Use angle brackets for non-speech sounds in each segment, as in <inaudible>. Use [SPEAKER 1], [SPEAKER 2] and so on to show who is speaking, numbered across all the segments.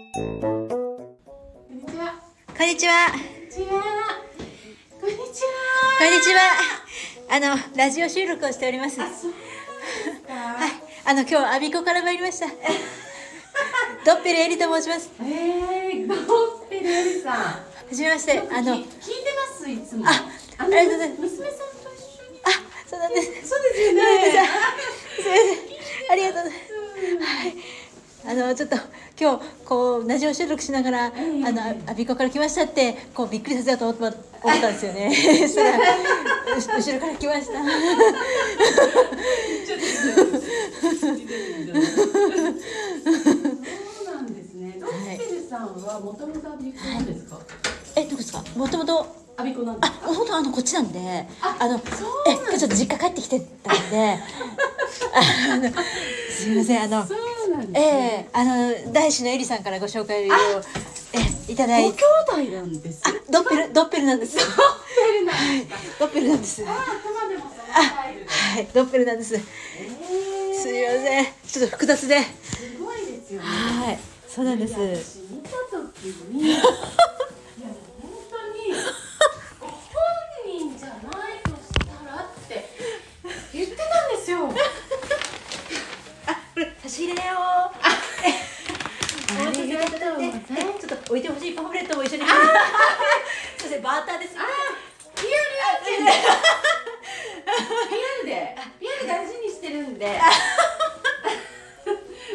[SPEAKER 1] こんにちは。
[SPEAKER 2] こんにちは。
[SPEAKER 1] こんにちは。こんにち
[SPEAKER 2] こ
[SPEAKER 1] は。
[SPEAKER 2] んにちは。あの、ラジオ収録をしております。はい。
[SPEAKER 1] そうですか。
[SPEAKER 2] あの、今日はアビコから参りました。ドッペルエリと申します。
[SPEAKER 1] ええー、ゴッペルエリさん。
[SPEAKER 2] はじめまして。あの、
[SPEAKER 1] 聞い
[SPEAKER 2] あ
[SPEAKER 1] て、ますいつも。
[SPEAKER 2] あありがとうございます
[SPEAKER 1] 娘さんと一緒に。
[SPEAKER 2] そうなんです。
[SPEAKER 1] そうですよ
[SPEAKER 2] ね
[SPEAKER 1] ね。
[SPEAKER 2] すいません。ありがとうございます。はい。あの、ちょっと、今日、こう、ラジオ収録しながら、あ
[SPEAKER 1] ん
[SPEAKER 2] の、アビコから来ましたって、こう、びっくりさせようと思った思ったんですよね。そしたら、う後ろから来まし
[SPEAKER 1] ち
[SPEAKER 2] た。
[SPEAKER 1] ょっと。そうなんですね。ゴッペルさんはもともとアビコなんですか。
[SPEAKER 2] え、どこですかもともと、
[SPEAKER 1] アビコなんで
[SPEAKER 2] あ、
[SPEAKER 1] すか。
[SPEAKER 2] 本当あのこっちなんで、
[SPEAKER 1] あ
[SPEAKER 2] あの
[SPEAKER 1] そう
[SPEAKER 2] え
[SPEAKER 1] なんだ
[SPEAKER 2] 今日ちょっと実家帰ってきてたんで、あのすみませんあの
[SPEAKER 1] そうなんですね。
[SPEAKER 2] ええあの大師のエリさんからご紹介をえいただ
[SPEAKER 1] ご
[SPEAKER 2] い
[SPEAKER 1] 兄弟
[SPEAKER 2] て、
[SPEAKER 1] なんです。
[SPEAKER 2] あドッペルドッペルなんです。
[SPEAKER 1] ゴッペルなんですか。
[SPEAKER 2] ドッペルなん
[SPEAKER 1] あ、頭
[SPEAKER 2] です。は
[SPEAKER 1] でもそのスタイルで。
[SPEAKER 2] いドッペルなんです。
[SPEAKER 1] え
[SPEAKER 2] す
[SPEAKER 1] ー
[SPEAKER 2] みませんちょっと複雑で、
[SPEAKER 1] すごいですよね。
[SPEAKER 2] はいそうなんです。
[SPEAKER 1] いや私見た時に、いや本当にご本人じゃないとしたらって言ってたん
[SPEAKER 2] <laughs>
[SPEAKER 1] ですよ。
[SPEAKER 2] 差し入れよ。あ
[SPEAKER 1] ありがとうございます
[SPEAKER 2] えちょっと置いてほしいパンフレットも一緒に。すみませんバーター <laughs> です。
[SPEAKER 1] リアルやってんだよリアルで、リアル大事にしてるんで。リア
[SPEAKER 2] <laughs>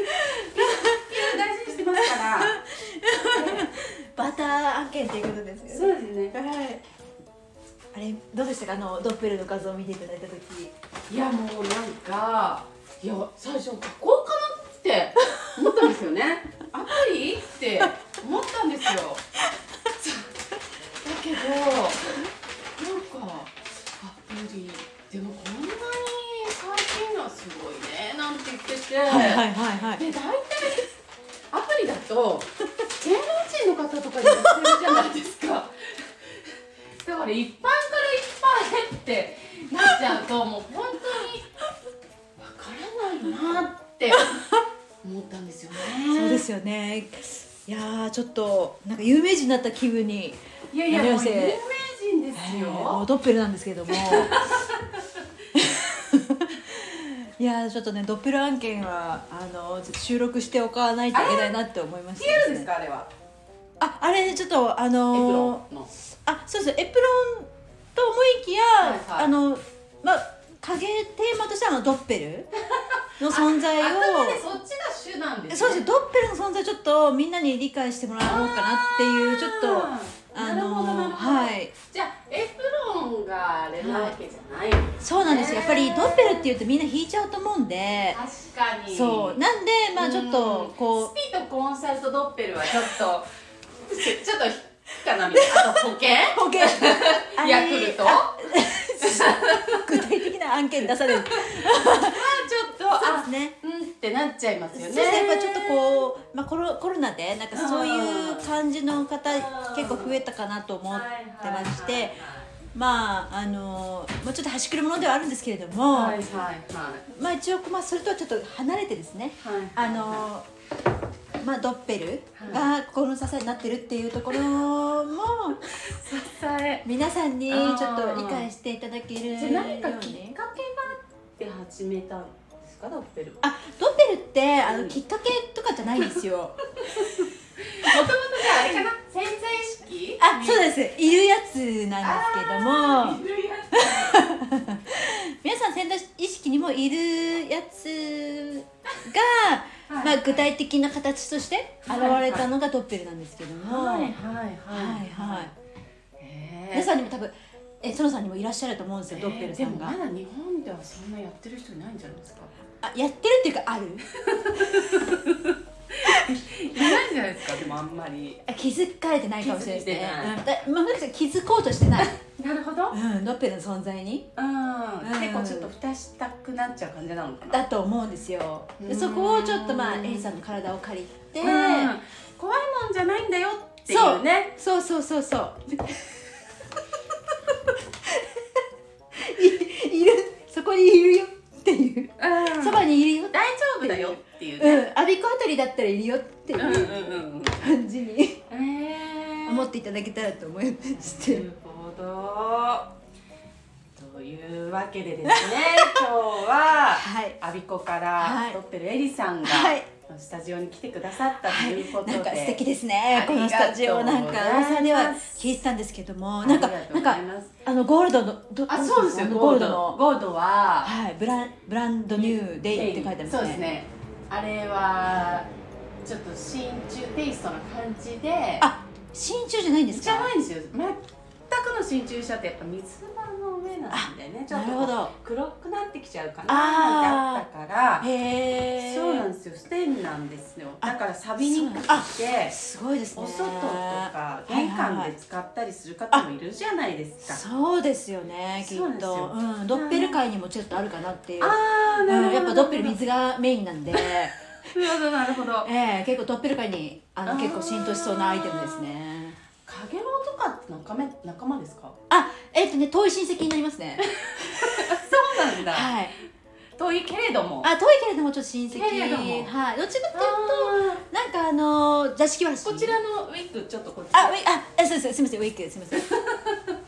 [SPEAKER 1] ル大事にしてますから。
[SPEAKER 2] <laughs> バター案件ということですよね。
[SPEAKER 1] そうですね。
[SPEAKER 2] はい。あれどうでしたかあのドッペルの画像を見ていただいた時。
[SPEAKER 1] いやもうなんかいや最初書こうかなって思ったんですよ
[SPEAKER 2] <laughs>
[SPEAKER 1] ねアプリって思ったんですよそうだけどなんかアプリでもこんなに最近のはすごいねなんて言ってて、
[SPEAKER 2] いはいは。
[SPEAKER 1] で大体アプリだと芸能人の方とかにやってるじゃないですかだから一般から一般へってなっちゃうともう本当にわからないなって思ったんですよね
[SPEAKER 2] そうですよね。いやーちょっとなんか有名人になった気分に、
[SPEAKER 1] いやいやもう有
[SPEAKER 2] 成
[SPEAKER 1] 名
[SPEAKER 2] 瀬
[SPEAKER 1] 人です
[SPEAKER 2] えーもう
[SPEAKER 1] よ
[SPEAKER 2] ドッペルなんですけれども。 <laughs> いやーちょっとねドッペル案件はあのちょっと収録しておかないといけないなって思いました、
[SPEAKER 1] リアルですかあれは
[SPEAKER 2] ああれちょっとあ
[SPEAKER 1] エプロ
[SPEAKER 2] のー
[SPEAKER 1] ンの
[SPEAKER 2] あそうそうエプロンと思いきや、
[SPEAKER 1] はいはい
[SPEAKER 2] あのまあ影テーマとしてはあのドッペルの存在を
[SPEAKER 1] <laughs> 頭でそっちが手なんです
[SPEAKER 2] そうですドッペルの存在をちょっとみんなに理解してもらおうかなっていうちょっと
[SPEAKER 1] あー
[SPEAKER 2] あ
[SPEAKER 1] なるほどなる
[SPEAKER 2] の
[SPEAKER 1] ほど、
[SPEAKER 2] はい
[SPEAKER 1] じゃあエプロンがあれなわけじゃないんですね
[SPEAKER 2] そうなんですよやっぱりドッペルっていうとみんな引いちゃうと思うんで
[SPEAKER 1] 確かに
[SPEAKER 2] そうなんでまあちょっ
[SPEAKER 1] うん
[SPEAKER 2] とこ
[SPEAKER 1] スピとコンサルとドッペルはちょっとちょっと引くかなみたいなあと保険
[SPEAKER 2] う保険あれ
[SPEAKER 1] ヤクルトあ
[SPEAKER 2] あ具体的な案件出される
[SPEAKER 1] ちょっと
[SPEAKER 2] そうで
[SPEAKER 1] あ
[SPEAKER 2] すね
[SPEAKER 1] うんってなっちゃいますよね
[SPEAKER 2] そうですね、やっぱちょっとこう、まあ、コロコロナでなんかそういう感じの方
[SPEAKER 1] うん
[SPEAKER 2] 結構増えたかなと思ってまして、
[SPEAKER 1] はいはい
[SPEAKER 2] まああのまあ、ちょっと端くれ者ではあるんですけれども、
[SPEAKER 1] はいはいはい
[SPEAKER 2] まあ、一応、まあ、それとはちょっと離れてですね、
[SPEAKER 1] はいはい
[SPEAKER 2] あのまあ、ドッペルが心の支えになってるっていうところも
[SPEAKER 1] 支え
[SPEAKER 2] 皆さんにちょっと理解していただけるよう
[SPEAKER 1] じゃ
[SPEAKER 2] に
[SPEAKER 1] あ何かきっかけがあって始めたんですかドッペルも
[SPEAKER 2] あドッペルってあ
[SPEAKER 1] うん
[SPEAKER 2] のきっかけとかじゃないんですよ。
[SPEAKER 1] ともとあれかな潜在意識
[SPEAKER 2] あ、そうです。いるやつなんですけども、
[SPEAKER 1] いるやつ
[SPEAKER 2] 皆さん潜在意識にもいるやつが、
[SPEAKER 1] はい
[SPEAKER 2] まあ具体的な形として現れたのがドッペルなんですけども、
[SPEAKER 1] は
[SPEAKER 2] はい
[SPEAKER 1] はい
[SPEAKER 2] い
[SPEAKER 1] はい
[SPEAKER 2] はい。
[SPEAKER 1] へー
[SPEAKER 2] 皆さんにも多分、え、園さんにもいらっしゃると思うんですよ、ドッペルさんが
[SPEAKER 1] えーでも。まだ日本ではそんなやってる人いないんじゃないですか
[SPEAKER 2] あ、やってるっていうかある。
[SPEAKER 1] いないんじゃないですかでもあんまり
[SPEAKER 2] あ気づかれてないかもしれないですね。
[SPEAKER 1] 気づい
[SPEAKER 2] うんだまあもしかしたら気づこうとしてない。
[SPEAKER 1] なるほどうん、
[SPEAKER 2] うん、ドッペルの存在に。うん
[SPEAKER 1] 結構ちょっと蓋したくなっちゃう感じなのかな
[SPEAKER 2] だと思うんですよ。で
[SPEAKER 1] うん
[SPEAKER 2] そこをちょっとまあ A さんの体を借りて、
[SPEAKER 1] うん怖いもんじゃないんだよっていうね
[SPEAKER 2] そうそうそうそう。いいるそこにいるよっていう。
[SPEAKER 1] うん
[SPEAKER 2] そばにいるよ。
[SPEAKER 1] 大丈夫そうだよっていう
[SPEAKER 2] う
[SPEAKER 1] ね。
[SPEAKER 2] ん我孫子あたりだったらいるよってい
[SPEAKER 1] うんうん
[SPEAKER 2] う
[SPEAKER 1] うん
[SPEAKER 2] 感じに
[SPEAKER 1] うん。ええー。
[SPEAKER 2] 思っていただけたらと思いまし
[SPEAKER 1] な
[SPEAKER 2] て
[SPEAKER 1] るほど。というわけで
[SPEAKER 2] <laughs>
[SPEAKER 1] ですね、今日は。
[SPEAKER 2] はい
[SPEAKER 1] アビコか
[SPEAKER 2] は
[SPEAKER 1] ら
[SPEAKER 2] い
[SPEAKER 1] 撮ってるエリさんが、
[SPEAKER 2] はい
[SPEAKER 1] スタジオに来てくださったということで、
[SPEAKER 2] なんか素敵です
[SPEAKER 1] ありが
[SPEAKER 2] ね
[SPEAKER 1] とう
[SPEAKER 2] このスタジオなんか噂で
[SPEAKER 1] ござい
[SPEAKER 2] は
[SPEAKER 1] ます
[SPEAKER 2] 聞いてたんですけども
[SPEAKER 1] あ
[SPEAKER 2] な
[SPEAKER 1] り
[SPEAKER 2] ん
[SPEAKER 1] が
[SPEAKER 2] か
[SPEAKER 1] とう
[SPEAKER 2] な
[SPEAKER 1] ご
[SPEAKER 2] ん
[SPEAKER 1] ざ
[SPEAKER 2] か
[SPEAKER 1] います
[SPEAKER 2] あのゴールドのど
[SPEAKER 1] あそうですよ
[SPEAKER 2] あの
[SPEAKER 1] ゴー
[SPEAKER 2] ゴー
[SPEAKER 1] ルド
[SPEAKER 2] ルド
[SPEAKER 1] の
[SPEAKER 2] の
[SPEAKER 1] ゴールドは
[SPEAKER 2] はいブランブランドニューデイって書いてありますね
[SPEAKER 1] そうですねあれはちょっと真鍮テイストな感じで
[SPEAKER 2] あ真鍮じゃないんです
[SPEAKER 1] じゃ
[SPEAKER 2] か
[SPEAKER 1] ないんですよ全くの真鍮車ってやっぱ水場の上なんでねちょっ
[SPEAKER 2] な
[SPEAKER 1] と
[SPEAKER 2] る
[SPEAKER 1] こ
[SPEAKER 2] ほ
[SPEAKER 1] う
[SPEAKER 2] ど
[SPEAKER 1] 黒くなってきちゃうかな
[SPEAKER 2] あー
[SPEAKER 1] ってあったから
[SPEAKER 2] へえ
[SPEAKER 1] そうなんですよステンなんですよ
[SPEAKER 2] あ
[SPEAKER 1] だから錆びにくく
[SPEAKER 2] あ
[SPEAKER 1] て
[SPEAKER 2] すごいですね
[SPEAKER 1] お外とか玄関で使ったりする方もいるじゃないですか。
[SPEAKER 2] そうですよねきっ
[SPEAKER 1] そうなんです
[SPEAKER 2] と
[SPEAKER 1] よ
[SPEAKER 2] うんドッペル界にもちょっとあるかなっていう
[SPEAKER 1] あー
[SPEAKER 2] うんやっぱドッペル
[SPEAKER 1] なる
[SPEAKER 2] 水がメインなん
[SPEAKER 1] <laughs>
[SPEAKER 2] で
[SPEAKER 1] ほどなるほど。
[SPEAKER 2] ええ結構ドッペル界にあ
[SPEAKER 1] あ
[SPEAKER 2] の
[SPEAKER 1] ー
[SPEAKER 2] 結構浸透しそうなアイテムですね
[SPEAKER 1] 影郎とかって仲間仲間ですか？
[SPEAKER 2] あえっとね遠い親戚になりま
[SPEAKER 1] <laughs>
[SPEAKER 2] すね
[SPEAKER 1] そうなんだ。
[SPEAKER 2] はい
[SPEAKER 1] 遠いけれども。
[SPEAKER 2] あ遠いけれどもちょっと親戚
[SPEAKER 1] けれども
[SPEAKER 2] はいどっちかっていう
[SPEAKER 1] あ
[SPEAKER 2] となんかあの座敷わらし
[SPEAKER 1] ーこちらのウィッグちょっとこっち。
[SPEAKER 2] あウィあえそうそうすみませんウィッグすみま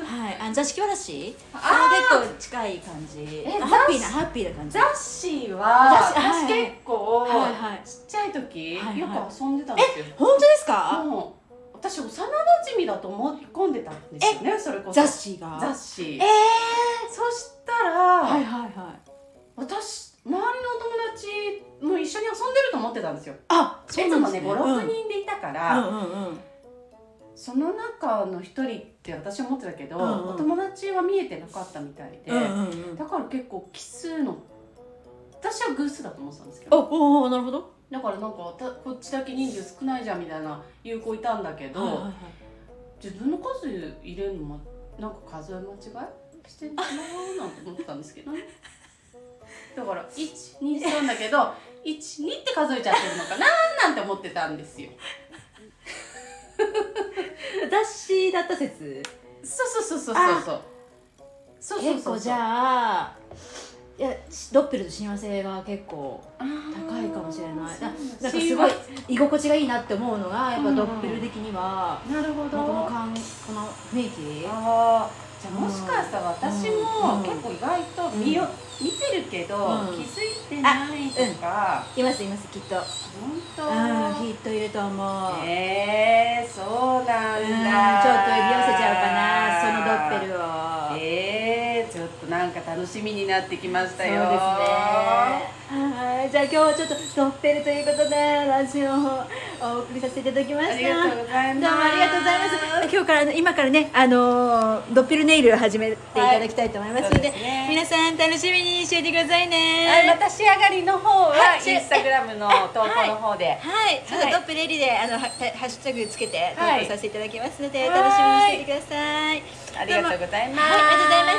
[SPEAKER 2] せんはいあの座敷わらし
[SPEAKER 1] あ
[SPEAKER 2] あれ結構近い感じ
[SPEAKER 1] え
[SPEAKER 2] ハッピーな
[SPEAKER 1] 座敷
[SPEAKER 2] ハッピーな感じ
[SPEAKER 1] ザッシーは
[SPEAKER 2] ザッ
[SPEAKER 1] 私
[SPEAKER 2] シーはい
[SPEAKER 1] 結構、
[SPEAKER 2] はいはい
[SPEAKER 1] ちっちゃい時、
[SPEAKER 2] はいはい
[SPEAKER 1] よく遊んでたんですよ。
[SPEAKER 2] 本当ですか
[SPEAKER 1] もう私幼馴染だと思い込んでたんですよね。それこそ
[SPEAKER 2] ザッシーが
[SPEAKER 1] ザッシー
[SPEAKER 2] え
[SPEAKER 1] そしたら、
[SPEAKER 2] ー、はいはいはい
[SPEAKER 1] 私周りのお友達も一緒に遊んでると思ってたんですよ。
[SPEAKER 2] あ
[SPEAKER 1] いつもね56、
[SPEAKER 2] うん
[SPEAKER 1] 人でいたから。
[SPEAKER 2] うんうんうん
[SPEAKER 1] その中の一人って私は思ってたけど、
[SPEAKER 2] うんうん
[SPEAKER 1] お友達は見えてなかったみたいで、
[SPEAKER 2] うんうんうん
[SPEAKER 1] だから結構奇数の私は偶数だと思ってたんですけ
[SPEAKER 2] お
[SPEAKER 1] ど
[SPEAKER 2] おおなるほど
[SPEAKER 1] だからなんかたこっちだけ人数少ないじゃんみたいな有効いたんだけど、
[SPEAKER 2] はいはいはい
[SPEAKER 1] 自分の数入れるのもなんか数え間違いしてんのかななんて思ってたんですけどねだから123だけど12って数えちゃってるのかななんて思ってたんですよ
[SPEAKER 2] ザッシーだった説
[SPEAKER 1] そうそうそうそうそうそうそうそう
[SPEAKER 2] 結
[SPEAKER 1] そう
[SPEAKER 2] 構じゃあいやドッペルと親和性が結構高いかもしれないななんかすごい居心地がいいなって思うのがやっぱドッペル的には、
[SPEAKER 1] なるほ
[SPEAKER 2] このこの
[SPEAKER 1] どあ
[SPEAKER 2] 感この雰囲気
[SPEAKER 1] あーじゃあもしかしたら私
[SPEAKER 2] う
[SPEAKER 1] も
[SPEAKER 2] ん
[SPEAKER 1] 結構意外と見よ見てるけど
[SPEAKER 2] うん
[SPEAKER 1] 気づいてないとか
[SPEAKER 2] いますいますきっと
[SPEAKER 1] 本
[SPEAKER 2] うんきっといると思う、
[SPEAKER 1] 当えーそうな
[SPEAKER 2] う
[SPEAKER 1] ん
[SPEAKER 2] んちょっと呼
[SPEAKER 1] だ
[SPEAKER 2] び寄せちゃうかなそのドッペルを、
[SPEAKER 1] えーちょっとなんか楽しみになってきまし
[SPEAKER 2] そう
[SPEAKER 1] た
[SPEAKER 2] です
[SPEAKER 1] よ
[SPEAKER 2] ねはいじゃあ今日はちょっとドッペルということでラジオをお送りさせていただきました
[SPEAKER 1] ありがとうございます
[SPEAKER 2] どうもありがとうございます今日からあの今からねあのードッペルネイルを始めていただきたいと思いますので,、
[SPEAKER 1] はいそうですね
[SPEAKER 2] 皆さん楽しみにしていてくださいね
[SPEAKER 1] はい、また仕上がりの方は、
[SPEAKER 2] はい
[SPEAKER 1] インスタグラムの投稿の方で、
[SPEAKER 2] はい、ちょっと
[SPEAKER 1] はい
[SPEAKER 2] ドップレディで、あの、はハッシュタグつけて、投
[SPEAKER 1] はい
[SPEAKER 2] 稿させていただきますので、お
[SPEAKER 1] はーい
[SPEAKER 2] 楽しみにしていてください。
[SPEAKER 1] ありがとうございます
[SPEAKER 2] どもはい、ありがとうございます。